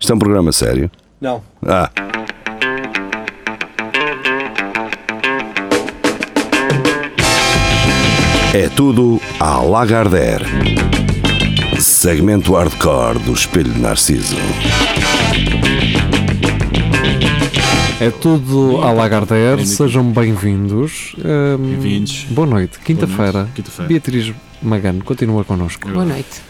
Isto é um programa sério. Não. Ah, é tudo à Lagardère. Segmento hardcore do Espelho de Narciso. É tudo à Lagardère, sejam bem-vindos. Ahm, Bem-vindos. Boa noite, quinta-feira. Quinta-feira. Beatriz Magano continua connosco. Boa noite.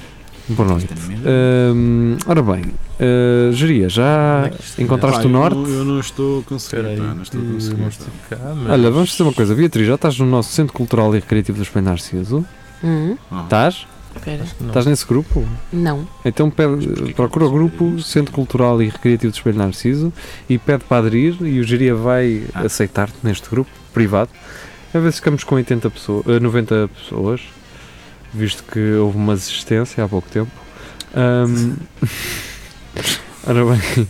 Boa noite. Ahm, ora bem, ah, Jeria, é já encontraste Pá, o eu norte? Hum, tá não- Eu, não estou a conseguir, pá, não estou a conseguir. pá. Olha, vamos fazer uma coisa. Beatriz, já estás no nosso Centro Cultural e Recreativo do Espelho Narciso? Hum, Ah. Estás? espera. Estás nesse grupo? Não. Então pede, procura o grupo Centro Cultural e Recreativo do Espelho Narciso e pede para aderir e o Geria vai Ah. aceitar-te neste grupo privado. A ver se ficamos com 80 pessoas, eh, 90 pessoas, visto que houve uma existência há pouco tempo. Ahm, ora bem,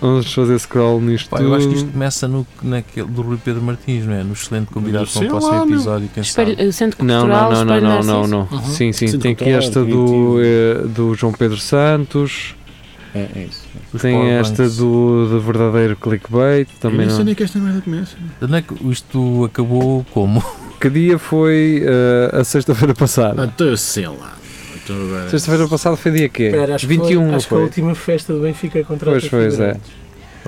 vamos fazer scroll nisto. Pá, eu acho que isto começa no, naquele, do Rui Pedro Martins, não é? No excelente convidado para Sei o próximo lá, meu. episódio, quem Espelho, sabe. eh, Centro Não, Cultural, não, assim. não, não, Espelho não, não, não. Narciso. Uhum. Sim, sim, Sim, tem aqui cultural, esta do, recreativo. eh, do João Pedro Santos, É, é isso. Os tem powerbanks. esta do, do verdadeiro clickbait, também eu não não. sei nem que esta merda começa. Onde é que isto acabou como? Que dia foi eh, a sexta-feira Ah, passada? então eu sei lá. Então agora. Sexta-feira passada foi dia quê? Espera, acho 21 que foi, não acho que a um, foi. última festa do Benfica contra Pois, o pois, Atlético Mineiro.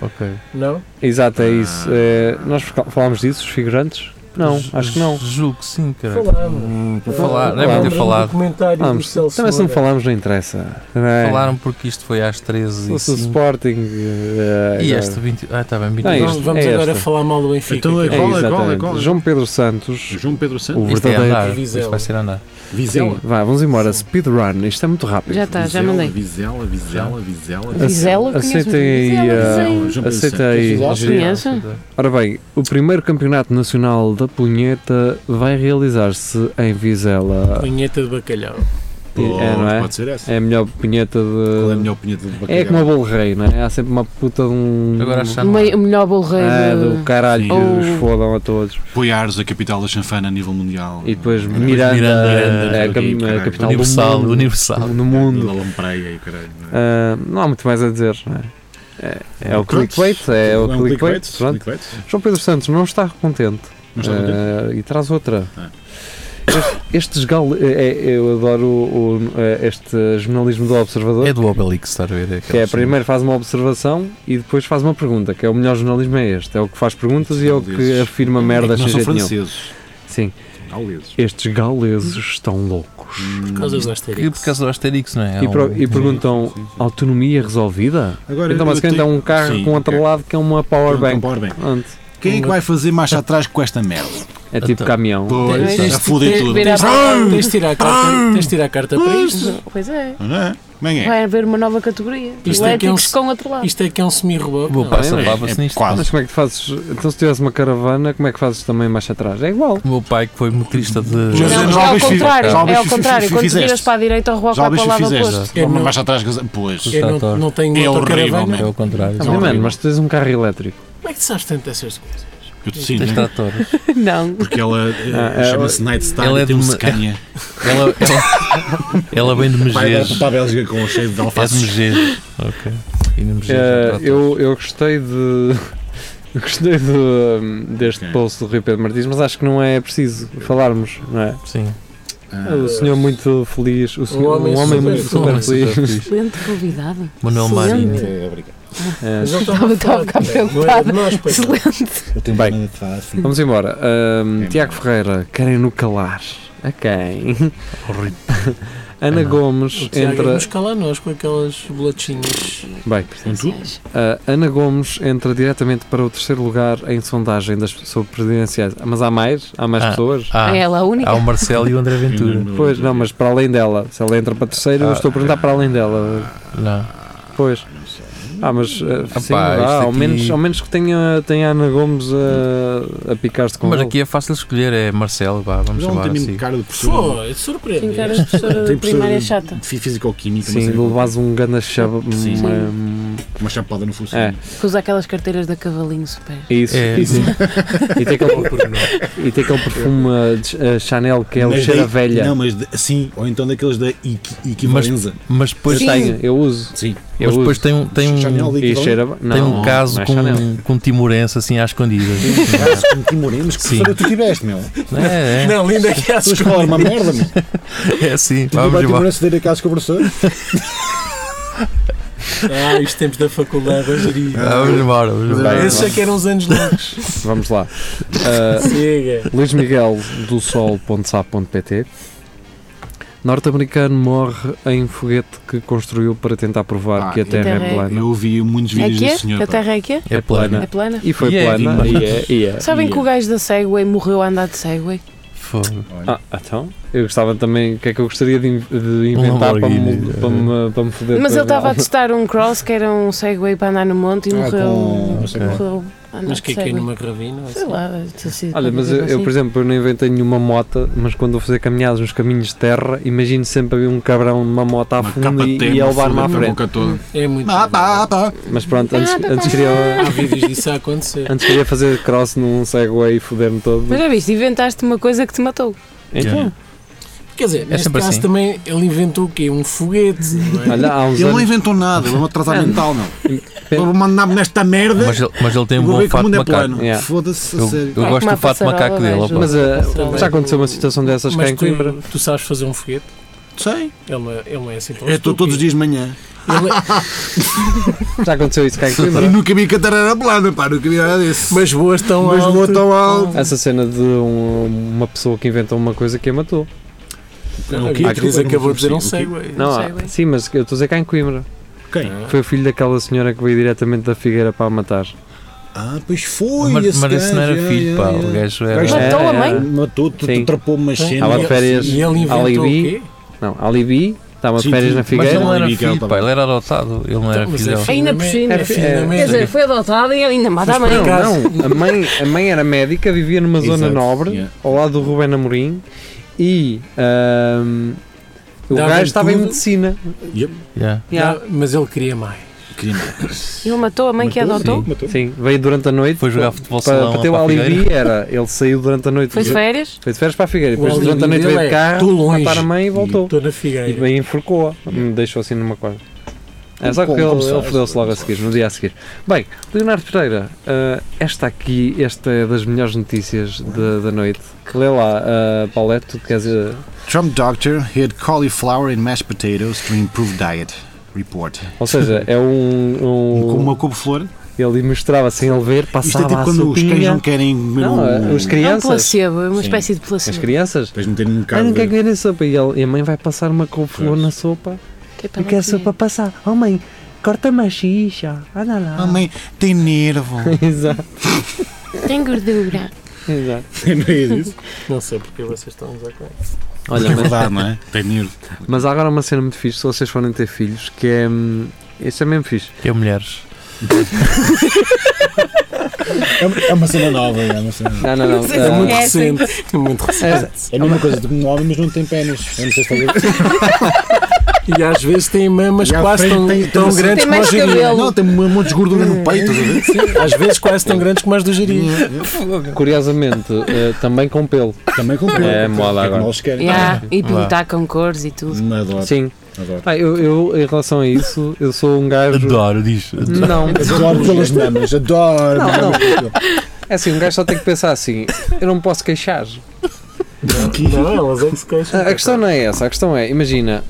Ok. Não? Exato, é isso. Eh, nós fa- falámos disso, os figurantes? Não, acho que não. Julgo que sim, cara. Falámos. Para falar, não é falámos. para ter falado. Comentário Falámos. um do Celso Também se não Moura. falámos, não interessa. Não é? Falaram porque isto foi às 13 Se e fosse o 5. Sporting. eh, E agora- este 20. Ah, está bem, Ah, 22. isto. Vamos, vamos é agora esta. falar mal do Benfica. Então é É, qual, qual, exatamente. qual? João Pedro Santos. João Pedro O Santos? isto é verdadeiro andar. Vizela. Isto vai ser andar. Vizela. Vá, vamos embora. Speedrun, isto é muito rápido. Já está, já Vizela, mandei. Vizela, Vizela, Vizela. Ace- Vizela, conheço muito aceitem bem. aí, Vizela, eh, sim. João Pedro Aceita Santos. aí. Vizela. é. Conheço. Ora bem, o primeiro campeonato nacional da punheta vai realizar-se em Vizela. Punheta de bacalhau. Pô, É, não é? Pode ser essa. É a melhor punheta Qual é a de. minha opinião de bacalhau? É como a bolo rei, não é? Há sempre uma puta de um. Agora já O não. mei- o melhor bolo rei Ah, de- do caralho que Sim. os fodam a todos. Apoiares a capital da chanfana a nível mundial. E depois Era Miranda, Miranda, é a cam- caralho. a capital Universal, do mundo. universal. No Da mundo. lampreia e o caralho. não é? Ah, não há muito mais a dizer, não é? É, é o Pronto. clickbait, é o um clickbait. Pronto. clickbait. João Pedro Santos não está contente. Não está contente? Eh, e traz outra. Ah. Este, estes gal- eh, eh, eu adoro o, o- eh, este jornalismo do Observador, É do Obelix, estar a ver. que é aquelas- primeiro faz uma observação e depois faz uma pergunta, que é o melhor jornalismo é este, é o que faz perguntas e é o que Desses. afirma É merda sem que não são jeito nenhum. franceses. Sim, Gauleses. estes galeses estão loucos. Hum, Por causa do Que Asterix. por causa do Asterix, não é? É E, pro- um- e perguntam, sim, sim. autonomia resolvida? Agora, Então eu basicamente é tenho- um carro Sim, com outro ok. lado que é uma powerbank. Então, powerbank. Pronto. Quem é que vai fazer marcha atrás com esta merda? É tipo Então. caminhão. Pois, Tens já de fudei ter- tudo. ver a- Tens de tirar a Ah! carta, tens de tirar a carta para isto. Pois é. Não é? Como é que é? Vai haver uma nova categoria. Isto é que é um- Elétricos com outro Ah! lado. Isto é que é um semi-rebote. Vou não. para a é, se é nisto. quase. Mas como é que tu fazes? Então se tivesse uma caravana, como é que fazes também marcha atrás? É igual. O meu pai que foi motorista de. Mas Não, eu mas já é ao ouvi- contrário. já ouvi- É ao contrário. Quando tu fizeste. viras para a direita, o rua Já vai para ouviste o o que lado oposto. fizeste? É, Uma não- marcha atrás. Pois. Sim. Eu não, não tenho É horrível, autocaravana. man. É o contrário. Ah, Não, mas, mano, horrível. mas tu tens um carro elétrico. Como é que tu sabes tanto dessas coisas? Eu te sinto, Tens né? trator. Não. Porque ela eh, Ah, chama-se Nightstar ela é e tem um de uma- Scania. Ela, ela, ela vem de Vai Megês. agora para a Bélgica com o cheio de É de alfaces. Megês. Ok. E de Megês é Eh, trator. eu, eu gostei de. Eu gostei de, hum, deste Ok. post do Rui Pedro Martins, mas acho que não é preciso falarmos, não é? Sim. Ah, O senhor muito feliz, o senhor, É. homem um homem super- muito um super homem feliz. Excelente convidado. Manuel Marinho. Excelente. é Eh, Mas não Estava- estava estava a ficar tá Não era de nós, pois. não. Excelente. Bem. fácil. Vamos embora. Ahm, É, Tiago Ferreira, querem no calar. A quem? Horrível. Ana Ana. Gomes O Tiago entra. Vamos calar nós com aquelas bolachinhas. Bem, a Ana Gomes entra diretamente para o terceiro lugar em sondagem das sobre presidenciais. Mas há mais? Há mais Ah. pessoas? Há, É ela a única. Ah. há o Marcelo e o André Ventura. Pois, não, mas para além dela. Se ela entra para terceiro, eu Ah. estou a perguntar para além dela. Não. Pois. Ah, mas eh, Ah, sim, pá, vá, isto ao, aqui- menos, ao menos que tenha, tenha a Ana Gomes a, a picar-se com Mas ele. aqui é fácil de escolher. É Marcelo. Vá, Mas vamos ela não chamar tem mesmo assim. cara de Pô, professor. é Sim, surpreendente. cara, professora Tem de primária professora chata. é de física ou química. não Sim, sei. levas um ganda chave. Sim. uma- Com uma chapada no focinho. É. Que usa aquelas carteiras da cavalinho super. Isso, É, isso. sim. E tem aquele, e tem aquele perfume uh, de- uh, Chanel que é o Mas cheiro a daí- velha. Não, mas de- sim, ou então daqueles da equi- equivalenza. Mas depois, eu tenho, eu uso. Sim. Eu mas depois uso. tem, um- tem um. Chanel de E equivalência. cheira a- não, Tem um caso não é Chanel. com, com um timorense assim à escondida. um Caso com timorenos, que Sim. professora tu tiveste, meu? é, é, Não, linda é que é a Tu escola é uma merda, meu. Tipo, é assim. Tu vai Vamos embora. um timorense dele a casa com o professor? Ah, os tempos da faculdade, hoje Vamos embora. Vamos embora. Vai, Esses é que eram os anos longos. Vamos lá. Uh, Siga. Luís Miguel do Sol.sap.pt Norte-americano morre em foguete que construiu para tentar provar Ah, que a Terra é Terra é- plana. Eu ouvi muitos É vídeos que é? desse senhor. Que a pá. terra é que é? É plana. plana. É plana? E foi E é plana. viva. E é, e é. Sabem E que o gajo da Segway morreu a andar de Segway? Fogo. Olha. Ah, então? Eu gostava também. O que é que eu gostaria de, in- de inventar para me, Um Lamborghini. é. para, me, para me foder? Mas ele para- estava a testar um cross que era um Segway para andar no monte e Ah, morreu. um com- sei lá. morreu a andar Mas de que aqui Segway. numa é? gravina? Sei lá, deve ter sido Olha, mas eu, qualquer coisa eu, por assim. exemplo, eu não inventei nenhuma moto, mas quando vou fazer caminhadas nos caminhos de terra, imagino sempre haver um cabrão numa moto à Uma fundo capa e, termo, e a levar-me foda-me à na frente. boca toda. É muito. Ah, pá, ah, provável. pá. Mas pronto, antes, Ah, tá, antes queria, Há vídeos disso a acontecer. antes queria fazer cross num Segway e foder-me todo. Mas já viste, inventaste uma coisa que te matou. Então, Quer dizer, neste sempre caso assim. também ele inventou o quê? Um foguete. não é? olha, há uns Ele não anos. inventou nada, ele é um atrasado Mano. mental, não. Ele mandar-me nesta merda. Mas ele, mas ele tem um vou bom ver que o fato mundo de é macaco. plano. Yeah. Foda-se, a Eu, sério. eu Ah, gosto uma do fato de passarola, macaco dele. vejo. opa. Mas ah, Também já aconteceu uma situação dessas cá Mas em Coimbra. tu, tu sabes fazer um foguete? Sei. Ele, não é- ele não é assim tão Eu estou todos os estúpido. dias de manhã. Ele é- Já aconteceu isso cá em E Coimbra. nunca vi que a terra era plana, pá, nunca vi nada disso. mas boas tão Mas alto. voa tão alto. Essa cena de um- uma pessoa que inventou uma coisa que a matou. O que Há é que diz aquilo- acabou de dizer um o que- Segway. Não, sei ah, bem. sim, mas eu estou a dizer cá em Coimbra. Quem? Ah. Foi o filho daquela senhora que veio diretamente da Figueira para a matar. Ah, pois foi. Mas, esse mas esse não era gajo, filho, é, pá. é, O é. gajo Gajo- eh, era. Matou a É, mãe? é. Matou, te Sim. atrapou uma cena. Estava de férias, E ele inventou alibi. o quê? Não, Alibi, estava de Sim, férias sim. na Mas Figueira. ele não era Miguel, filho, tá pá. bem. Ele era adotado. Ele não era Mas filho é dele. filho Ainda da por mãe. cima. É filho É, da Quer mãe. dizer, foi adotada e ainda mata a mãe. Não, acaso. não, a mãe, a mãe era médica, vivia numa zona Exato, nobre, yeah. ao lado do Rubén Amorim, e ahm, o Dava gajo estava em tudo. medicina. Yeah. Não, Mas ele queria mais. Queria- Ele matou a mãe que Matou, adotou? sim, matou. Sim, veio durante a noite. Foi jogar futebol para, salão para ter o lá para a Figueira. alibi era, ele saiu durante a noite. Foi de férias? Foi de férias para a Figueira, e O depois alibi durante a noite dele veio de é, carro, "Tô longe." matar a mãe e voltou. Estou na E Figueira. bem enforcou-a, me deixou assim numa quadra. É Como- só que ele, como- como ele sabes, fodeu-se como logo a seguir, no dia a seguir. Bem, Leonardo Pereira, ah, esta aqui, esta é das melhores notícias da, da noite. Que lê lá, ah, Paulette, tu queres dizer. Trump doctor hid cauliflower in mashed potatoes to improve diet. Report. Ou seja, é um. um- Com uma couve-flor. Ele mostrava sem ele ver, Isto passava é tipo a quando os cães sopinha. não querem comer Não, ah, um... os É um crianças. placebo, é uma Sim. espécie de As placebo. crianças. Depois meter um Ah, bocado não quer de- comer a sopa. E, ele- e a mãe vai passar uma couve-flor Pois. na sopa Que é para e não quer a comer. sopa passar. Oh mãe, corta-me a xixa. Anda lá. Ah, mãe, tem nervo. Exato, Tem gordura. exato. Não é isso? Não sei porque vocês estão a usar com isso. Olha, é mas verdade, não é? Tem nervo. Mas há agora uma cena muito fixe, se vocês forem ter filhos, que é. hum, Isso é mesmo fixe. Que é mulheres. É uma- É uma cena nova, é uma cena nova. Não, não, não. Mas ah, isso É muito É, sim. recente. É muito recente. É a mesma coisa de um homem, mas não tem pênis. Eu não sei se está a ver. E às vezes tem mamas E à quase frente tão, tem- tão tem- Tem grandes como mais as do Jiria. cabelo. Não, tem um monte de gordura no É. peito. estás a ver? Sim, Às vezes quase tão grandes como as do Jiria. curiosamente, ah, também com pelo. Também comprei. É moda Que agora. que nós queremos. Yeah, e pintar com cores e tudo. Não, Adoro, Sim. adoro. Pá, eu, eu, em relação a isso, eu sou um gajo. Adoro, diz. Adoro. Não, Adoro pelas mamas, adoro. Não, é assim, um gajo só tem que pensar assim: eu não me posso queixar. Não, elas é que se queixam. A a questão não é essa, a questão é: imagina,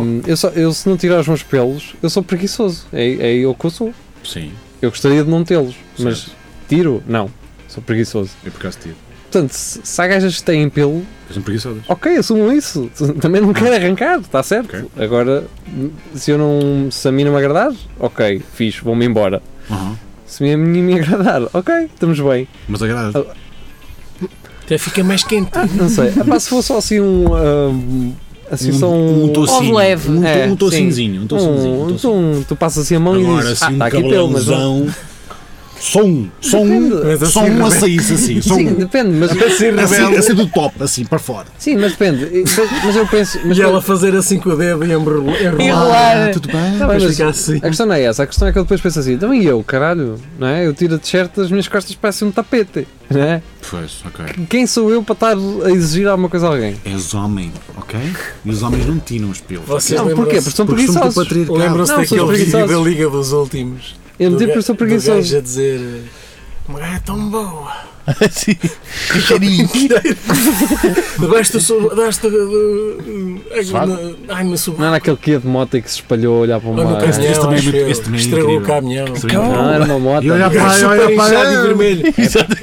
hum, eu, só, eu se não tirar os meus pelos, eu sou preguiçoso. É, é eu que eu sou. Sim, Eu gostaria de não tê-los, mas tiro? Não, sou preguiçoso. é por causa de ti. Portanto, se, se há gajas que têm pelo, És um preguiçoso. Ah. Ok, assumam isso. Também não quero arrancar, está certo. Agora, se eu não. Se a mim não me agradar, ok, fixe, vou-me embora. Uhum. Se a mim me agradar, ok, estamos bem. Mas agrada. Até fica mais quente. Ah, Não sei. Epá, se for só assim um. ah, assim só um. um tocinho. Ovo leve. Um, to- É, um tocinhozinho. Um tocinhozinho. um um- tocinho. um- tu passas assim a mão e Agora dizes, assim, ah, um está aqui pelo, mas não. cabelãozão. Só um, só um, Mas assim, só um a saísse assim, só Sim, um. depende, mas Assim, assim, assim do top, assim para fora. sim, mas depende. Mas, mas eu penso. Mas E ela fazer assim com o dedo e enrolar. Enrolar. É. Ah, tudo bem. Tá bem, Depois mas fica assim. a questão não é essa, a questão é que ele depois pensa assim, também eu, caralho, não é? Eu tiro a t-shirt das minhas costas parece um tapete, não é? Pois, ok. Quem sou eu para estar a exigir alguma coisa a alguém? É És homem, ok? E os homens não tiram os pelos. Vocês Não, porquê? Porque lembram-se são Porque somos do preguiçosos. patriarcado. lembram-se Não, são daquele vídeo da preguiçosos. Liga dos Últimos? Eu não Do digo ga- porque sou do gajo preguiçoso. a dizer. Uma gaja tão boa. Assim, cheirinho. Daste o so- daste, uh, ai, Suado? na- Ai, me subo. Não era aquele que ia de moto e que se espalhou a olhar para o Ou no mar. caminhão, Esse também é acho muito- eu. esse também é Estragou o incrível. caminhão. Esse também é Não, era uma moto. E olha O gajo Ai, olha super para lá. inchado e vermelho.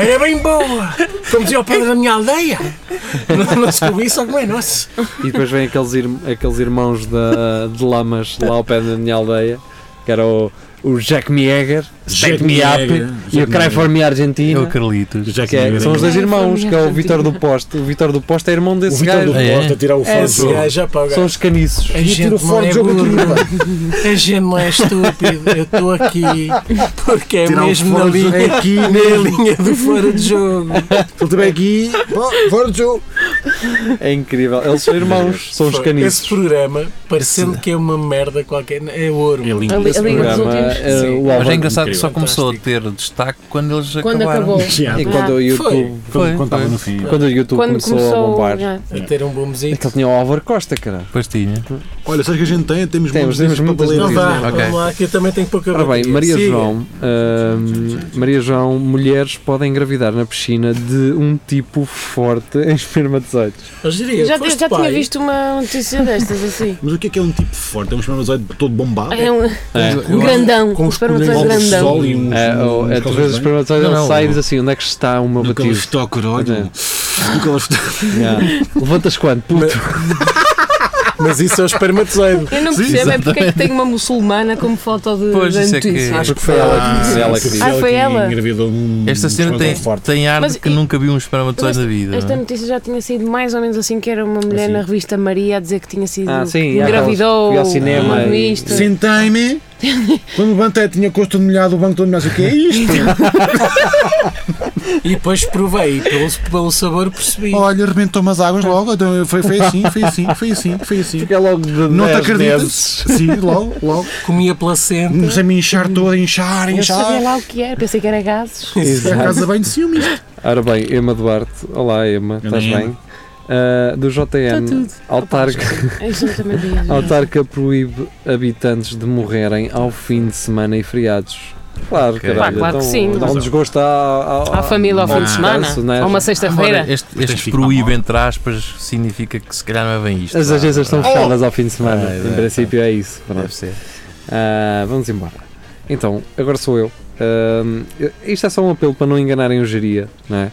É, Era bem boa. Como dizia o padre da minha aldeia. Não, não se comi, só comei nosso. E depois vem aqueles, ir- aqueles irmãos da, de lamas lá ao pé da minha aldeia, que era o, o Jack Mieger, Jack Me Mieger, Up e o Jack Cryforme É Argentina. Carlitos. Já que que é- são os dois Ai, irmãos, foi que é o minha Vitor do Argentina. Poste. O Vitor do Poste é irmão O desse Vitor do gajo. É. Porto a tirar o fora de Esse jogo. gajo, pá, o São gajo. os caniços. A E tira o gente não fora é de jogo aqui. burra. A gente não é estúpido. Eu estou aqui porque é Tirar o mesmo na fora de linha, jogo. É aqui na mesmo. linha do fora de jogo. Se ele estiver aqui, pá, fora de jogo. É incrível. Eles são irmãos, são os Foi. caniços. Esse programa, parecendo que é uma merda qualquer, é ouro. É lindo. Ali, Esse ali dos programa, últimos. eh, Sim. o Mas é Álvaro- engraçado que Incrível. só começou a ter destaque quando eles Quando acabaram. acabou. Já, E quando o YouTube, Foi, Quando quando estava foi. no fim. quando o YouTube Quando começou, a começou. bombar, já. A ter um bomzinho. aquele tinha o Álvaro Costa, cara. Depois tinha. Olha, sabes que a gente tem? Temos, Temos- temos muitas muitas Não papeletas. notícias. Então vá, Ok. vamos lá, que eu também tenho pouca Ora bem, bateria. Maria Siga. João, ahm, Maria João, mulheres podem engravidar na piscina de um tipo forte em espermatozoides. Eu diria, Já, foste já tinha pai. visto uma notícia destas assim. Mas o que é que é um tipo forte? É um espermatozoide todo bombado? É um Eu- um grandão. com Um os espermatozoide Óculos de grandão. sol e um uns... É, ou- uns é, tu vês o calções bem? espermatozoide, Não, ele não, sai e o- diz assim, onde é que está o meu Nunca batido? eles tocam, É. olha. Nunca eles Yeah. Levantas quando, puto? Mas isso é o espermatozoide. Eu não percebo é porque é que tem uma muçulmana como foto de, Pois, da isso é que- notícia. Porque foi ela que disse, ela que Porque disse. Ah, foi que ela? engravidou um- Esta cena um tem, forte. tem ar Mas de que e- nunca vi um espermatozoide na vida. Esta não é? notícia já tinha sido mais ou menos assim que era uma mulher Assim. na revista Maria a dizer que tinha sido Ah, sim, e há aquelas- engravidou fui ao cinema tudo e- isto. Sentei-me. Quando levantei, tinha custo de molhado, o banco todo molhado. assim, O que é isto? E depois provei, pelo, pelo sabor percebi. Olha, arrebentou-me as águas logo. então, Foi, foi assim, foi assim, foi assim, foi assim. Fica logo de Não te 10 acreditas? meses. Sim, logo, logo. Comi a placenta. Comecei-me a inchar toda, a inchar, a Eu sabia inchar. lá o que era, pensei que era gases. A Exato. casa bem de ciúme. É, Ora bem, Emma Duarte. Olá, Emma, estás Emma. bem? Ah, do Está JN, Tá tudo. autarca, Isto eu também vi. autarca proíbe habitantes de morrerem ao fim de semana e feriados. Claro, Ok. caralho. Pá, claro que então, sim. Dá um desgosto à, à, À família ao fim Não, de semana, isso, não é? a uma sexta-feira. Agora, este, tens este que ir para proíbe, mal. entre aspas, significa que se calhar não é bem isto. As vá. agências estão fechadas ao fim de semana. Ah, é, em é, princípio é isso. Pronto. Deve ser. Ah, vamos embora. Então, agora sou eu. Ahm, eu- isto é só um apelo para não enganarem o geria, não é?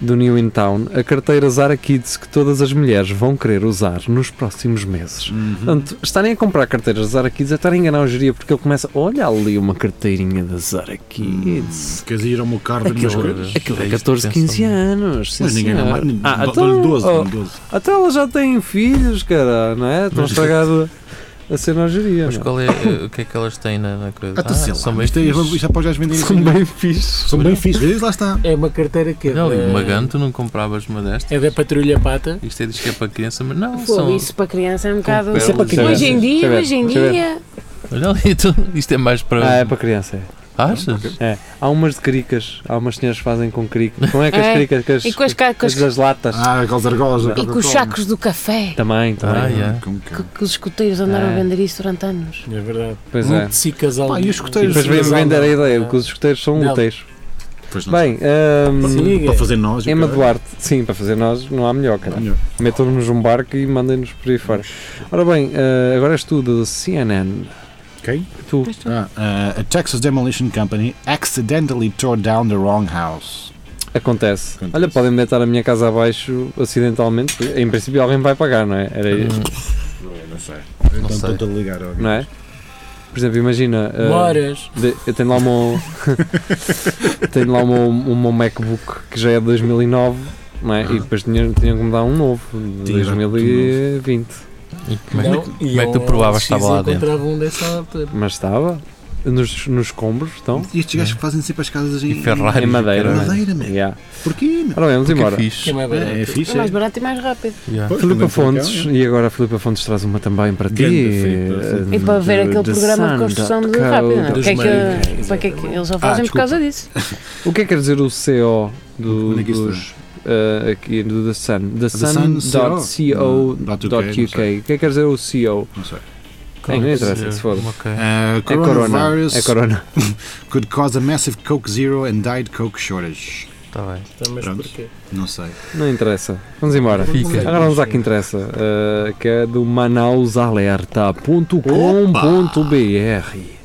Do New In Town, a carteira Zara Kids que todas as mulheres vão querer usar nos próximos meses. Uhum. Portanto, estarem a comprar carteiras Zara Kids é estarem a enganar o geria porque ele começa, olha ali uma carteirinha da Zara Kids. Queres ir ao meu carro das minhas Aquilo- coisas? Aquilo é isto 14, pensam- 15 anos. sim, Mas ninguém senhor. não mais. Ah, então, 12, oh, 12. até elas já têm filhos, cara, não é? Estão Mas- estragado a cena ao geria. Mas não é? qual é, eh, o que é que elas têm na, na coisa? Ah, então tá, sei lá. são bem Isto é- fixes. isto é para os gajos venderem São assim. bem fixes. São bem fixos. Vês, lá está. É uma carteira que é Não, e Eh, da- uma Gun, tu não compravas uma destas? É da patrulha pata. Isto é diz que é para criança, mas não, Pô, são... isso para criança é um bocado. Isso é para criança. Hoje em Deixa eu dia, ver, hoje em deixa eu ver. dia. Olha ali, tu, isto é mais para... Ah, é para criança, é. Achas? É, há umas de cricas, há umas senhoras que fazem com cricas. Não é com as É, cricas, com as, E com as, ca- com as- as das latas. Ah, aquelas argolas. e com os sacos do café. Também, também. Ah, yeah. Como que é? Que, que os escuteiros andaram É. a vender isso durante anos. É verdade. Pois Muito é. de si casal. Pá, e os E escuteiros? depois vem Casal, vender a não. ideia, Não. que os escuteiros são Não. úteis. Pois não Bem, hum, Sim. Para fazer nós. Emma Duarte, sim, para fazer nós não há melhor, cara. Melhor. Metam-nos um barco e mandem-nos por aí fora. Ora bem, eh, agora és tu da CNN. Quem? Tu. Ah, ah, a Texas Demolition Company accidentally tore down the wrong house. Acontece. Acontece. Olha, podem deitar a minha casa abaixo acidentalmente. Em princípio, alguém vai pagar, não é? Era Hum, isso, Não sei. Não Então sei. estou-te a ligar. ó. não é? Por exemplo, imagina. eh, Moras. Ah, De- eu tenho lá um. tenho lá um, um, MacBook que já é de 2009, não é? E depois tinham, tinham que me dar um novo, de Tinha já 2020. E como é que- Não, e como é que tu eu, provavas que X estava lá dentro? encontrava um dessa altura. Mas estava. nos, nos escombros, então. E estes gajos que fazem sempre as casas em, E Ferrari. Em madeira, em não é? madeira, man. Yeah. Porquê, meu? Ora bem, vamos embora. fixe. mais barato. É, é fixe. É mais é. barato e mais rápido. Yeah. Pois, também Filipa para cá, Fontes, e agora a Filipa Fontes traz uma também para ti. Grande Filipa. E para ver eh, aquele The programa de Sun construção dot de rápido, não é? co. O que é Dos que, marinheiros. para que é que eles só fazem por desculpa. causa disso? O que é que quer dizer o CO do, Onde é que isso dos. eh, aqui do The Sun. The, Sun CO? Sun.co.uk. Dot UK, O que é que quer dizer o CO? Não sei. Bem, não interessa, se for. Uh, Ok. É corona. coronavirus É corona. could cause a massive Coke Zero and Diet Coke shortage. Está tá bem. Então, mas Pronto. porquê? Não sei. Não interessa. Vamos embora. Fica. Agora vamos à que interessa, eh, que é do manausalerta.com.br.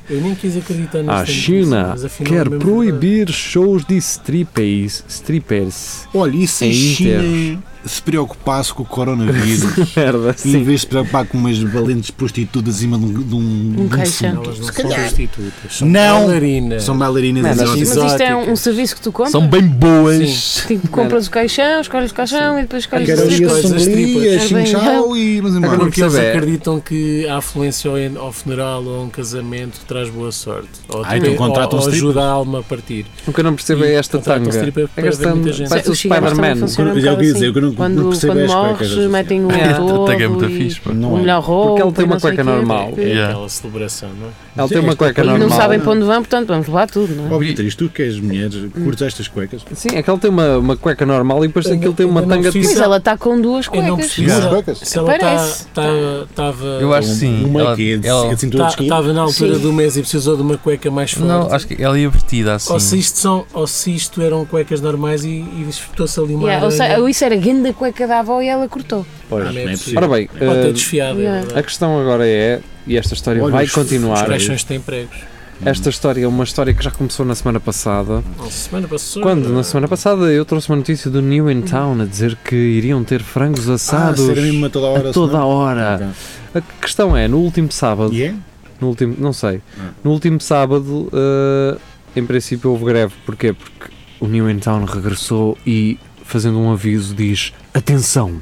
Eu nem quis Ah, acreditar nisto. A China quer proibir shows de strippers. strippers. Olha, e se É a China se preocupasse com o coronavírus, Merda, em sim. vez de se preocupar com umas valentes prostitutas acima de um, de um- de um caixão. sino- Elas não Se são calhar. prostitutas. São Não. bailarinas. São bailarinas Mas Mas exóticas. isto é um, um Exóticas. serviço que tu compras? São bem boas. Tipo, compras o caixão, escolhes o caixão e depois escolhes Quero o ali Caralho, coisas, serviço. sombria, tripas. xinchau e... Mas embora. Agora- Porque eles percebe, é- acreditam que a afluência ao en- ao funeral ou a um casamento traz boa sorte. Ou, Ah, então ou- contratam um ou strippers. ajuda a alma a partir. O que eu não percebo é E esta contratam tanga. stripper para É esta ver muita gente. parece o Os cigarros também Spider-Man. funcionam um Eu já bocado ouvi dizer, assim. eu não- não Quando, percebo quando as cuecas morres, assim. metem um É. todo Tag é muito e fixe. pá. um melhor roupa. Porque ele tem e uma não sei cueca o quê. normal. E Yeah. é Aquela celebração, não é? Ela tem uma cueca não normal. sabem para onde vão, portanto vamos levar tudo, não é? Ó, Beatriz, tu que és mulher, curtes estas cuecas? Sim, é que ela tem uma, uma cueca normal e depois Eu aquilo não- tem uma eu não tanga de fiz- Mas Isso- ela está com duas Eu não cuecas. percebi se ela- Cuecas? Um- se ela tá- Parece. Eu estava acho que sim. Uma Ela- que é de- ela- é de cintura de esqui. tá- na altura Sim. do mês e precisou de uma cueca mais forte. Não, acho que ela ia vestida assim. ou, se isto são, ou se isto eram cuecas normais e, e espetou-se ali uma Yeah, ou aranha. seja, ou isso era grande a cueca da avó e ela cortou. Pois, Ah, não é não é possível. possível. Ora bem, Pode ter eh, desfiado. Yeah. é verdade. a questão agora é, e esta história Olha, vai os- Os continuar. caixões têm pregos. Esta história é uma história que já começou na semana passada, Não, semana passada. quando na semana passada eu trouxe uma notícia do New in Town a dizer que iriam ter frangos Ah, assados será mesmo a toda hora? a toda senão- Tá. a hora. A questão é, no último sábado, E é? no último, não sei, Ah. no último sábado, eh, em princípio houve greve. Porquê? Porque o New in Town regressou e, fazendo um aviso, diz: atenção,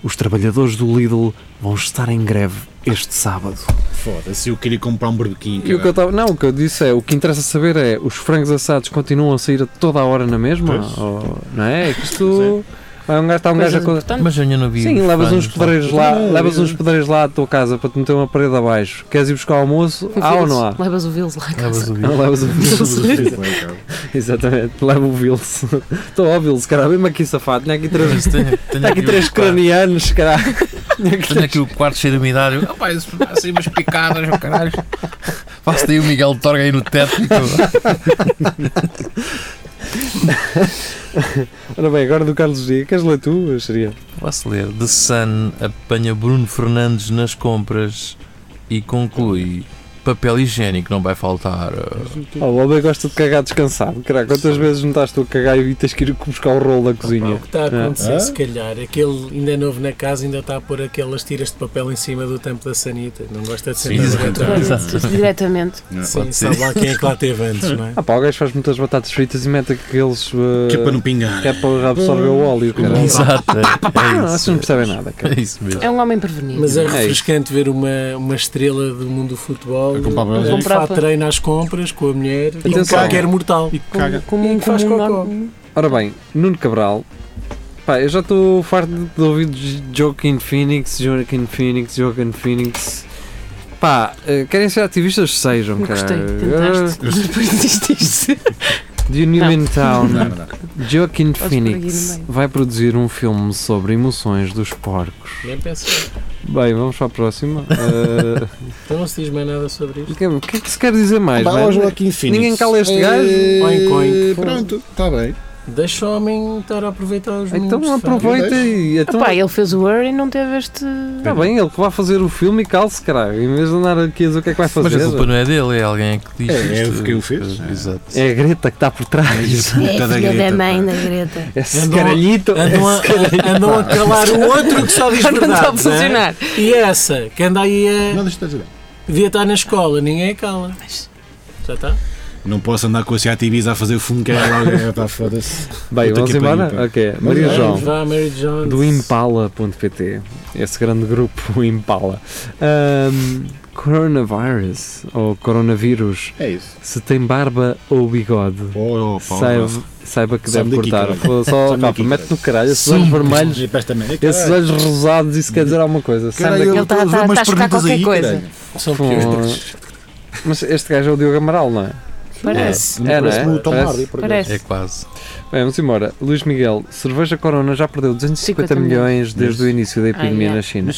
os trabalhadores do Lidl vão estar em greve este sábado. Foda-se, eu queria comprar um berbequim. E o que eu caralho. tava, não, o que eu disse é, o que interessa saber é, os frangos assados continuam a sair a toda a hora na mesma? Pois. Ou- não é? É que isto... Vai um gajo, está um gajo a... Coisas co- importantes. Mas eu ainda não vi. um Sim, os levas uns fãs lá. pedreiros lá, Não, levas eu- uns pedreiros lá à tua casa para te meter uma parede abaixo. Queres ir buscar o almoço? O Há ou Vils. não há? Levas o Vils lá a casa. Levas o vídeo. Não, levas o Vils. Ué, cara. Exatamente, leva o Vils. Estou ao Vils, cara, mesmo aqui safado. Tinha aqui três, Mas Tenho, tinha tenho aqui o três quarto- cranianos, cara. Tenho aqui um o quarto cheio de umidade. Eu, Rapaz, isso vai sair umas picadas, oh, caralho. Faço daí o Miguel Torga aí no teto. e eu- Ora bem, agora do Carlos Dia. Queres ler tu, seria? Posso ler? The Sun apanha Bruno Fernandes nas compras e conclui. Papel higiênico não vai faltar. Oh, o homem gosta de cagar descansado. Caralho, quantas vezes não estás tu a cagar e tens que ir buscar o rolo da Pá, O cozinha? que está a acontecer, Ah? se calhar, é que ele ainda é novo na casa ainda está a pôr aquelas tiras de papel em cima do tampo da sanita. Não gosta de ser Exato. atrás. Olha, Diretamente. Sim, Pode sabe ser. lá quem é que lá teve antes, não é? Ah pá, o gajo faz muitas batatas fritas e mete aqueles... eh, Que é para não pingar. que é para absorver o óleo, caralho. Exato. é- Ah, É, não, vocês isso, não percebem nada, cara. é isso mesmo. É um homem prevenido. Mas é isso. refrescante ver uma, uma estrela do mundo do futebol A comprar eh, brasões. que faz Comprar- treino às compras com a mulher e com Atenção. qualquer mortal. E caga. Como um E faz como um cocó. homem. Ora bem, Nuno Cabral. Pá, eu já estou farto de ouvir J- Joaquin Phoenix, Joaquin Phoenix, Joaquin Phoenix. Ppá, eh, querem ser ativistas? Sejam, Não cara. Ah, gostei, tentaste. Depois desististe. The New Não. in Town. Não, não, não. Joaquin por aqui no Phoenix meio. vai produzir um filme sobre emoções dos porcos. Nem pensei. Bem, vamos para a próxima. Eh, Então não se diz mais nada sobre O isto. que é- o que é que se quer dizer mais? Pá, mano? hoje lá aqui em Phoenix. Ninguém cala este Eh, gajo? Coin, coin. Pronto, está bem. Deixa o homem estar a aproveitar os Então momentos de aproveita e. Então, Pá, ele fez o Word e não teve este. Está bem, ele que vai fazer o filme e calce, caralho. Em vez de andar aqui a dizer o que é que vai Mas fazer. a culpa não é dele, é alguém que diz. É, é isto. quem o fez. Exato. É a Greta que está por trás. É É filha da mãe da Greta. Esse Andam a- caralhito. É Andam a, a- andam a calar o outro que só diz Não está a né? verdades, hein? funcionar. é? E essa, que anda aí a. Não, deixa de dizer. devia estar na escola, ninguém a cala. Já está? Não posso andar com a Ciativis a fazer fumo que é logo. é, pá, foda-se. Bem, Puta vamos que pariu, embora? pá. Ok. Maria Vamos, João, Vamos lá, Mary Jones. do Impala.pt. Esse grande grupo, o Impala. Ahm, Coronavirus ou coronavírus. É isso. Se tem barba ou bigode, Oh, saiba, saiba que Sabe deve daqui, cortar. caralho. Pô, Só Sabe pá, daqui, mete no caralho esses Sim. olhos vermelhos, esses olhos rosados, isso quer dizer alguma coisa. Sai Caralho, daqui. Ele está tô a tá, ver umas tá a chocar perguntas qualquer aí, coisa. caralho. São Pô, piores. Mas este gajo é o Diogo Amaral, não é? Parece. É, não é? Parece-me o Tom Parece. Hardy, por acaso. Parece. É quase. Bem, vamos embora. Luís Miguel, cerveja Corona já perdeu 250 50 milhões desde o início da epidemia Ai, na é. China.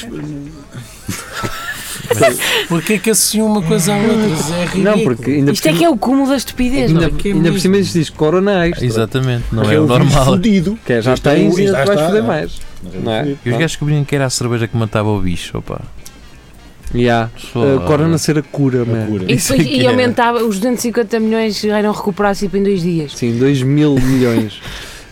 Porquê que associam uma coisa à outra? Zé, É ridículo. Não, porque ainda por Isto é cima, que é o cúmulo da estupidez, não ainda, é? Aqui ainda por mesmo. cima isto diz Corona extra. Exatamente, não Mas é eu o vi um normal. fudido. Que é, já Isto é tens o- e ainda lá te vais está, foder não é? mais. Não é? E os gajos descobriram um que era a cerveja que matava o bicho, opa. E há. Pessoal, a Eh, Ah, corona ser a cura, mano. cura. E, Isso é depois, e que era. aumentava, os 250 milhões eram recuperados tipo em dois dias. Sim, 2 mil milhões.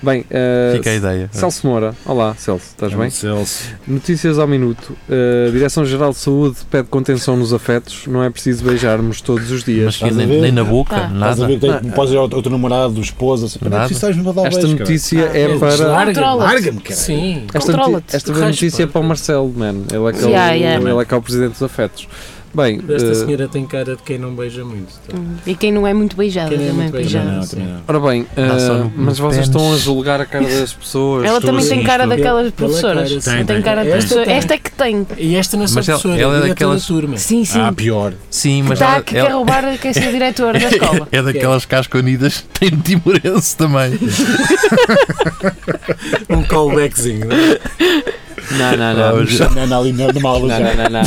Bem, uh, Fica a ideia. Celso Moura. Olá, Celso, estás bem? É um Celso. Notícias ao minuto. Uh, Direção-Geral de Saúde pede contenção nos afetos. Não é preciso beijarmos todos os Mas dias. que Estás a nem, ver? Tá. nem na boca, Ah. Estás a nada. ver que tem- podes ir ao ao teu namorado, esposa, assim, Nada. peraí, tu sabes, não vou dar Esta beijo, cara. notícia Ah, é Eles para. largam. Controla-te. Larga-me, cara. Sim. Esta, Controla-te. noti- esta Raspa. notícia é para o Marcelo, mano. Ele é que é o, Yeah, yeah. ele é que é o presidente dos afetos. Bem, Esta eh, senhora tem cara de quem não beija muito. tá? E quem não é muito beijado Quem não é também. muito beijado, beijado. Não, Sim. também não. ora bem, eh, só no- mas no vocês pênis. estão a julgar a cara das pessoas. Ela Estou- também tem Sim, cara estou- daquelas Ela- professoras. ela é cara- Não tem cara de Esta professora. tem. Esta é que tem. E esta não é só Mas ela- professora, ela é é daquelas- da turma. Sim, sim. Ah, pior. Sim, que mas tá- ela- que quer ela- roubar, quer ser diretora da escola. é daquelas casconidas que tem timorense também. Um callbackzinho. não é? Não, não, não. mas- Não, não, ali não, numa aula Não, já. não, não, não.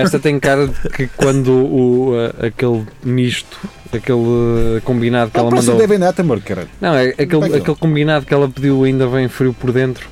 Esta tem cara de que quando o, a- aquele misto, aquele eh, combinado que Ah, ela parece que mandou. devem dar tambor, caralho. Não, é aquele, Daquele. aquele combinado que ela pediu ainda vem frio por dentro.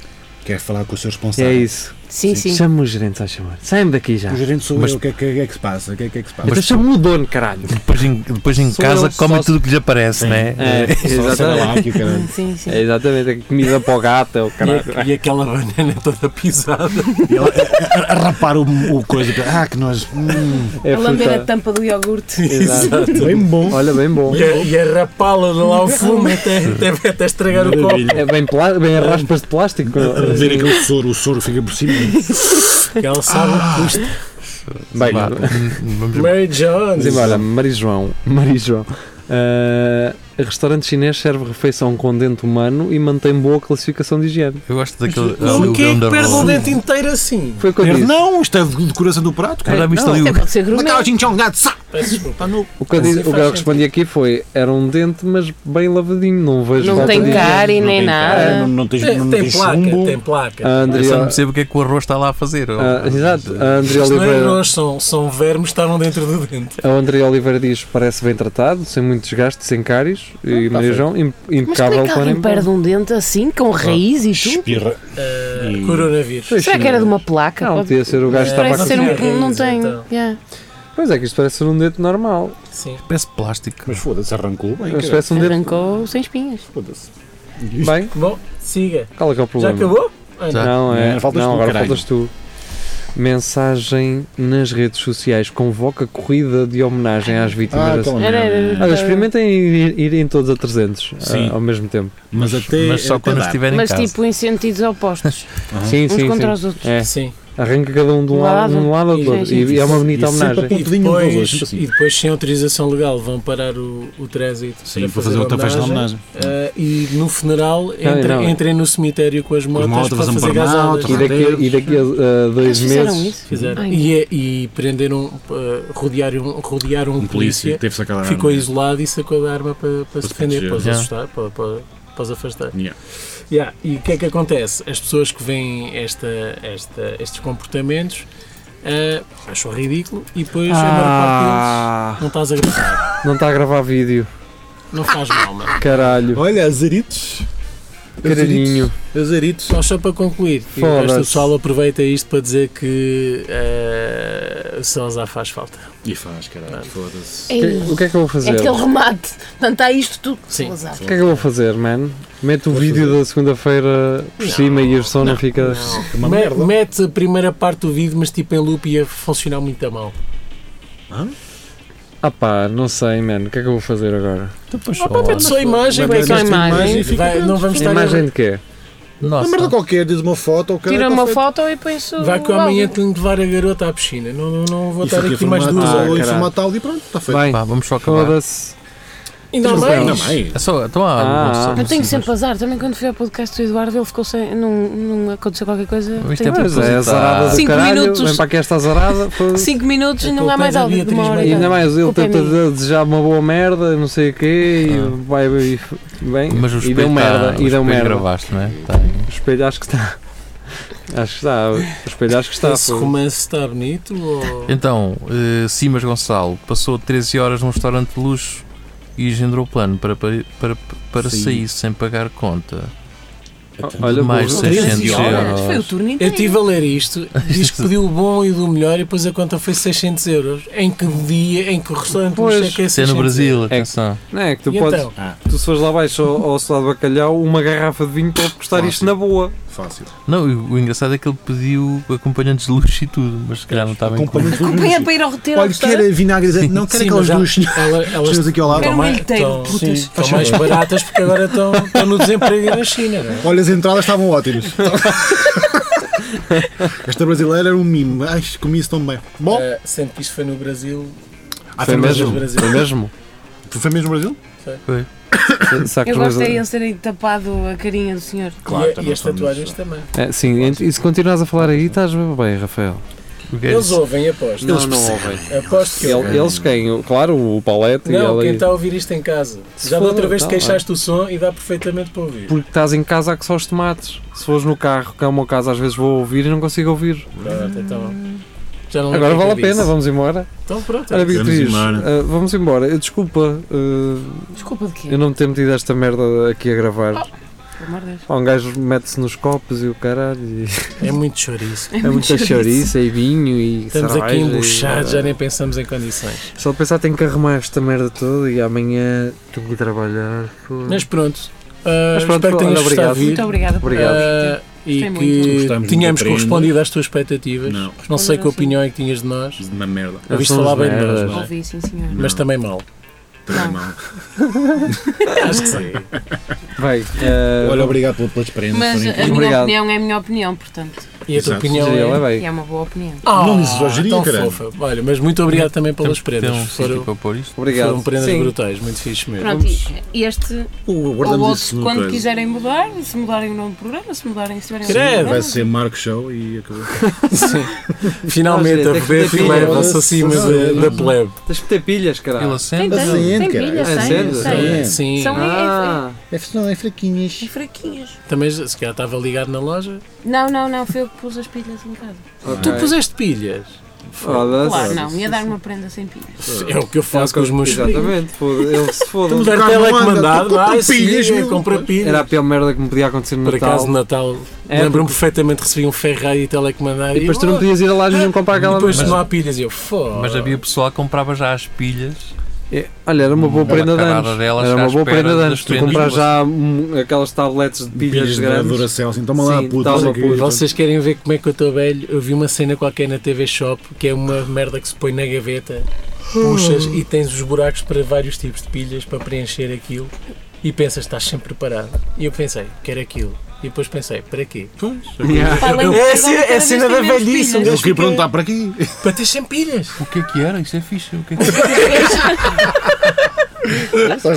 Quer falar com o seu responsável? É isso. Sim, sim. Chama o gerente, a chamar. Sai-me daqui já. O Então gerente sou Mas- eu, o que, é que- que é que se passa? O que é que é que se passa? mas... chama o dono, caralho. Depois em, depois em Sou casa eu, comem só- tudo o que lhe aparece, né? É, Só sei exatamente. lá, que o caralho. Sim, sim. É exatamente, é comida para o gato, é o E caralho. a- E aquela banana toda pisada. E ele a- a- a rapar o, o coisa. Ah, que nós. Hum, É a lamber a fruta. tampa do iogurte. Exato. bem bom. Olha, bem bom. E a, e a rapala de lá ao fumo até, até, até estragar o copo. Maravilha. É bem, pla- bem raspas de plástico. A beber aquele soro, o soro fica por cima. Que ela sabe Ah, o que tipo, custa. Bem, Vá, vamos ver. Mary Jones. Sim, olha, Maria João, Maria João. Ah, restaurante chinês serve refeição com dente humano e mantém boa classificação de higiene. Eu gosto daquele O que é que alugão da perde um rola. dente inteiro assim? Foi o que eu Ele, disse. Não, isto é de decoração do prato, cara. Já viste ali Até o- pode ser gourmet. Macau, chinchão, gato, sá! Peço desculpa. Tá nu. O que eu, disse, o que eu Faz sentido. respondi aqui foi: era um dente, mas bem lavadinho. Não vejo Não falta tem de higiene. cárie Não nem tem cara, Não, nada. não tens, Tem, Tipo, não É, tem tens placa, chumbo. Ah, tem placa. A Eu só não Andrea, percebo o que é que o arroz está lá a fazer. ah, exato, a Andrea Isto não é Oliveira. arroz, são, são vermes que estavam dentro do dente. A André Oliveira diz parece bem tratado, sem muito desgaste, sem cáries e Maria João im- Ah, tá Mas como impecável é que alguém para perde um dente assim, com raiz e tudo? Espirra. Ah, coronavírus. Pois, Será que era de uma placa? Não, Pode- podia ser o gajo que estava assim. Parece a ser comer. um. Não Raiz, tem. então. yeah. Pois é, que isto parece ser um dente normal. Sim. Parece plástico. Mas foda-se, arrancou bem. Mas Cara. parece um dente. Arrancou sem espinhas. Foda-se. Bem, Bom, siga. qual é que é o Já problema? acabou? Ai, Já. Não, é. Não, faltas não, tu, agora caralho. faltas tu. Mensagem nas redes sociais convoca corrida de homenagem às vítimas. Ah, da- então, Era, era, Olha, era. experimentem ir, irem todos a 300 ah, Sim. ao mesmo tempo. mas até. Mas só É até quando dá. estiver em Mas casa. tipo em sentidos opostos. Sim, Uns contra os outros. É. Sim. Arranca cada um de um Um lado, lado. um lado ao outro. Sim, E, sim, é uma sim. bonita E sempre homenagem. E Pontinho dos depois, outros, sempre assim. e depois, sem autorização legal, vão parar o, o trânsito. Sim, vou fazer outra festa de homenagem. Ah, e no funeral, entre, não. entrem no cemitério com as motas motas, para fazem fazer burnout, gasadas. E daqui, e daqui a ah, Eles dois fizeram meses. isso? Fizeram. Ai, E, é- e prenderam, ah, rodearam, rodearam um, Um polícia, polícia teve sacada. ficou isolado e sacou a arma para, para se se proteger. defender, para os Yeah. assustar, para, para, para os afastar. Yeah. Yeah, E o que é que acontece? As pessoas que veem esta, esta, estes comportamentos ah, acham ridículo e depois a maior Ah, parte deles não estás a gravar. não está a gravar vídeo. Não faz mal, mano. Caralho, Olha, azaritos. caralhinho. Azaritos. Só só para concluir, e o Foda-se. resto do pessoal aproveita isto para dizer que eh, Sousa faz falta. E faz, caralho. Foda-se. ei, O que é que eu vou É fazer? aquele remate. Portanto, há isto tudo. Sim. Salazar. O que é que eu vou fazer, man? Mete o vídeo da segunda-feira por cima e o som não, fica. Uma Me- merda. mete a primeira parte do vídeo, mas tipo em loop ia funcionar muito a mal. Ah pá, não sei, man. O que é que eu vou fazer agora? tá Ah, pá, mete só a imagem, Mete pá, só a esta imagem. vai- não vamos estar a- Imagem de quê? Uma Nossa. merda qualquer, diz uma foto ou Tira uma foto e põe-se o Vai que eu álbum. amanhã tenho de levar a garota à piscina. Não, não, não vou E estar fica aqui mais formatado, duas Ah, horas. ou caralho. em é formato áudio e pronto, está feito. Bem, Pá, vamos só acabar. foda-se. Ainda Tudo bem. mais. Ainda mais. É só, então há Ah. não sei- Eu tenho não sei, sempre azar. Também quando fui ao podcast do Eduardo, ele ficou sem. Não, não aconteceu qualquer coisa. Isto Tem Mas é é Depositado. azarada do tipo Cinco caralho. minutos. Vem para aqui esta azarada. foda-se. 5 minutos e Aquilo não há tem mais a áudio de uma Beatriz hora. E e ainda tal. mais ele Culpa é tenta minha. de- desejar uma boa merda, não sei o quê, e vai e- bem. Ah. Mas o e espelho deu merda, tá, o e deu espelho merda. gravaste, não é? Tá. O espelho acho que está. Acho que está. O espelho acho que está. Esse foda-se. romance está bonito ou... Então, eh, Simas Gonçalo passou 13 horas num restaurante de luxo e engendrou plano para, para, para, para Sim. sair sem pagar conta. Olha, mais vou- de 600 13 horas? euros. Foi o turno Eu inteiro. estive a ler isto, diz que pediu o bom e do melhor e depois a conta foi 600 euros. Em que dia, em que restaurante Pois. luxo é que é Isso é 600 no Brasil, É. atenção. Não é que tu E podes. então? Tu se fores lá abaixo ao, ao solado de bacalhau, uma garrafa de vinho pode custar isto Fácil. na boa. Fácil. Não, e o, o engraçado é que ele pediu acompanhantes de luxo e tudo, mas se calhar não estava em conta. Acompanhante do Acompanha luxo. para ir ao roteiro. Olha, quer vinagre, não quer Sim, aquelas mas há- duas senhoras Ela, elas senhoras aqui ao lado. Era um mais- milheteiro, estão- putas. estão mais baratas porque agora estão, estão no desemprego na China. não é? Olha, as entradas estavam ótimas. Esta brasileira era um mimo. Ai, comi isso tão bem. Bom, Eh, sendo que isto foi no Brasil. ah, Foi foi, mesmo? mesmo. Brasil. Foi mesmo? Foi mesmo no Brasil? Sacos Eu gosto é mais- ele serem tapado a carinha do senhor. Ah, e- então então e, as tatuagens também. É, sim, ent- e se continuas a falar aí, estás bem, bem Rafael. O que é Eles isso? ouvem, aposto. Não, não ouvem. Aposto que ouvem. Ele- Eles quem? O- Claro, o Paulette e Não, então- ela. quem e- está a ouvir isto em casa. Se Já da for, outra vez tá, queixaste o som e dá perfeitamente para ouvir. Porque estás em casa há que só os tomates. Se fores no carro, que é o meu caso, às vezes vou ouvir e não consigo ouvir. Pronto, então. Já não lembro Agora o vale que a eu disse. pena, vamos embora. Então pronto. Olha, Vamos Beatriz, embora. ah, vamos embora. Eu, desculpa, ah, Desculpa de quê? eu não me ter metido esta merda aqui a gravar. Ah. Pelo amor de Deus. Há um gajo mete-se nos copos e o caralho. E É muito chouriço. é muita chouriça e vinho e Estamos cerveja aqui e- embuchados, é- já nem pensamos em condições. Só de pensar tenho que arrumar esta merda toda e amanhã tenho que ir trabalhar. foda. Mas pronto. ah, Mas pronto, espero que tenhas olha, gostado obrigado. de vir. Muito obrigada por Obrigado. Ah, e Gostei muito. que Gostamos tínhamos muito da correspondido às tuas expectativas. Não. Não sei que Respondemos, opinião é que tinhas de nós, Na merda. Nós ouviste somos falar bem de nós, merdas. não é? Ouvi, sim, senhor. mas também mal. Não. Acho que sim. Bem, ah, Olha, obrigado pela- pelas prendas. Mas por a incrível. minha Obrigado. opinião é a minha opinião, portanto. E a tua Exato. opinião seria é... lá E bem. é uma boa opinião. Ah, Não dizes Jorginho, tão caralho. fofa. Olha, mas muito obrigado também pelas prendas. Tem um sítio foram, para pôr isto? Obrigado. foram prendas Sim. brutais, muito fixe mesmo. Pronto, e este Ou ou guardamos isso outro, no quando coisa. quiserem mudar, se mudarem o nome do programa, se mudarem, se tiverem outro Credo. programa, É, Vai ser Marco Show e acabou. Sim. Finalmente Nós, a gente, poder tem que ter filmar a filhos. vossa cima Sim. da da plebe. Tens que ter pilhas, Ele caralho. Tem, acende? tem, tem, Acende, pilhas, cara. tem, Acende. tem. É. tá Sim. São é, Ah, É, não, é fraquinhas. é, é fraquinhas. Também se calhar estava ligado na loja. Não, não, não, foi eu que pus as pilhas em casa. Tu É. puseste pilhas. Ah, Foda-se. Claro, não, ia dar uma prenda sem pilhas. É o que eu faço com os meus filhos. Exatamente, foda ele se foda. O carro cartel é não anda, comandado, tu compra ah, pilhas, sim, meu. compra pilhas. Era a pior merda que me podia acontecer no Por Natal. acaso, Natal, É, lembro-me perfeitamente, recebi um Ferrari telecomandado E e, depois tu não "Oh", podias ir a lá nenhum comprar e aquela depois merda. não há pilhas. E eu, foda. Mas havia pessoal que comprava já as pilhas. É, Olha, era uma boa Uma prenda de carada anos. delas Era já uma à boa espera prenda de das anos. Tu prendas comprar do já hum, aquelas tabletes de pilhas Pilhas da grandes. Duracell, assim, toma lá, Sim, puto. toma, não sei o puto. quê. Vocês querem ver como é que eu estou velho? Eu vi uma cena qualquer na TV Shop que é uma merda que se põe na gaveta, puxas e tens os buracos para vários tipos de pilhas para preencher aquilo e pensas, estás sempre preparado. E eu pensei, quero aquilo. E depois pensei, para quê? Yeah. Para além É de- a cena- é a cada vez cena tem da menos velhice, um pilhas. Eu queria perguntar para aqui. Para ter sem pilhas. O que é que era? Isso é fixe. O que é que era?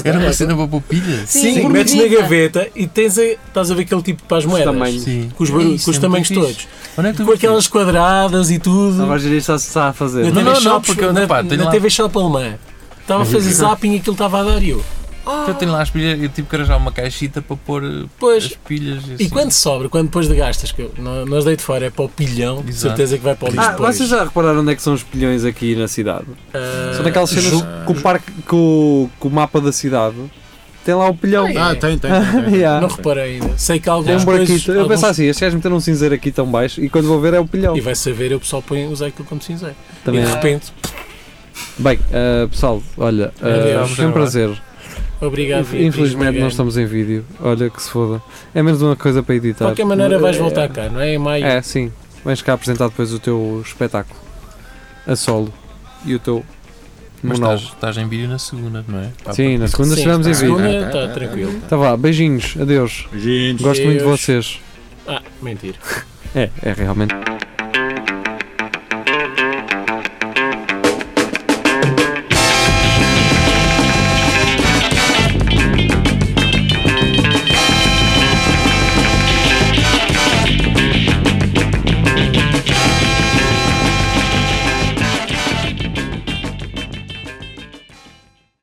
Era uma cena para pôr pilhas? Sim, Sim, por metes na medida. gaveta e tens a, estás a ver aquele tipo para as moedas. tamanhos. Sim. Com os, barulhos, Isso com os é muito tamanhos fixe. todos. Onde é que tu Com viste aquelas quadradas e Não tudo. vais dizer isto está a fazer. Na Não, TV não, não, Shop, porque eu- na, pá, tenho na lá- Uhum. TV Shop alemã. Estava a fazer zapping e aquilo estava a dar e eu. isso? Eu tenho lá as pilhas, eu tive que arranjar uma caixita para pôr eh, as Pois. pilhas. assim. E quando sobra, quando depois de gastas, que eu- não- nós dei de fora, é para o pilhão, de Exato. certeza que vai para o lixo. Ah, depois. vocês já repararam onde é que são os pilhões aqui na cidade? Ah, São daquelas cenas ju- que o parque, que o, que o mapa da cidade tem lá o pilhão. Ah, tem, tem, tem, tem. Yeah. é. Não reparei ainda. Sei que alguns. Tem um depois- buraquito. Eu alguns- penso assim, estes gajos meteram um cinzeiro aqui tão baixo e quando vou ver é o pilhão. E vai saber, o pessoal põe, usa aquilo como cinzeiro. E Também. de é. repente, Bem, eh, pessoal, olha, É, eh, Adeus. foi um prazer. obrigado. Inf- Beatriz, Infelizmente obrigado. não estamos em vídeo. Olha que se foda. É menos uma coisa para De editar. qualquer maneira, vais voltar cá. cá, não é? Em maio. É, sim. Vens cá apresentar depois o teu espetáculo a solo e o teu Mas monólogo. estás, estás em vídeo na segunda, não é? Pá, Sim, na segunda Sim, estivemos em na vídeo. segunda Ah, tá, está tá, tranquilo. Tá vá, beijinhos, adeus. Gente. Gosto muito de Adeus. vocês. Ah, mentira. tá. É, é realmente.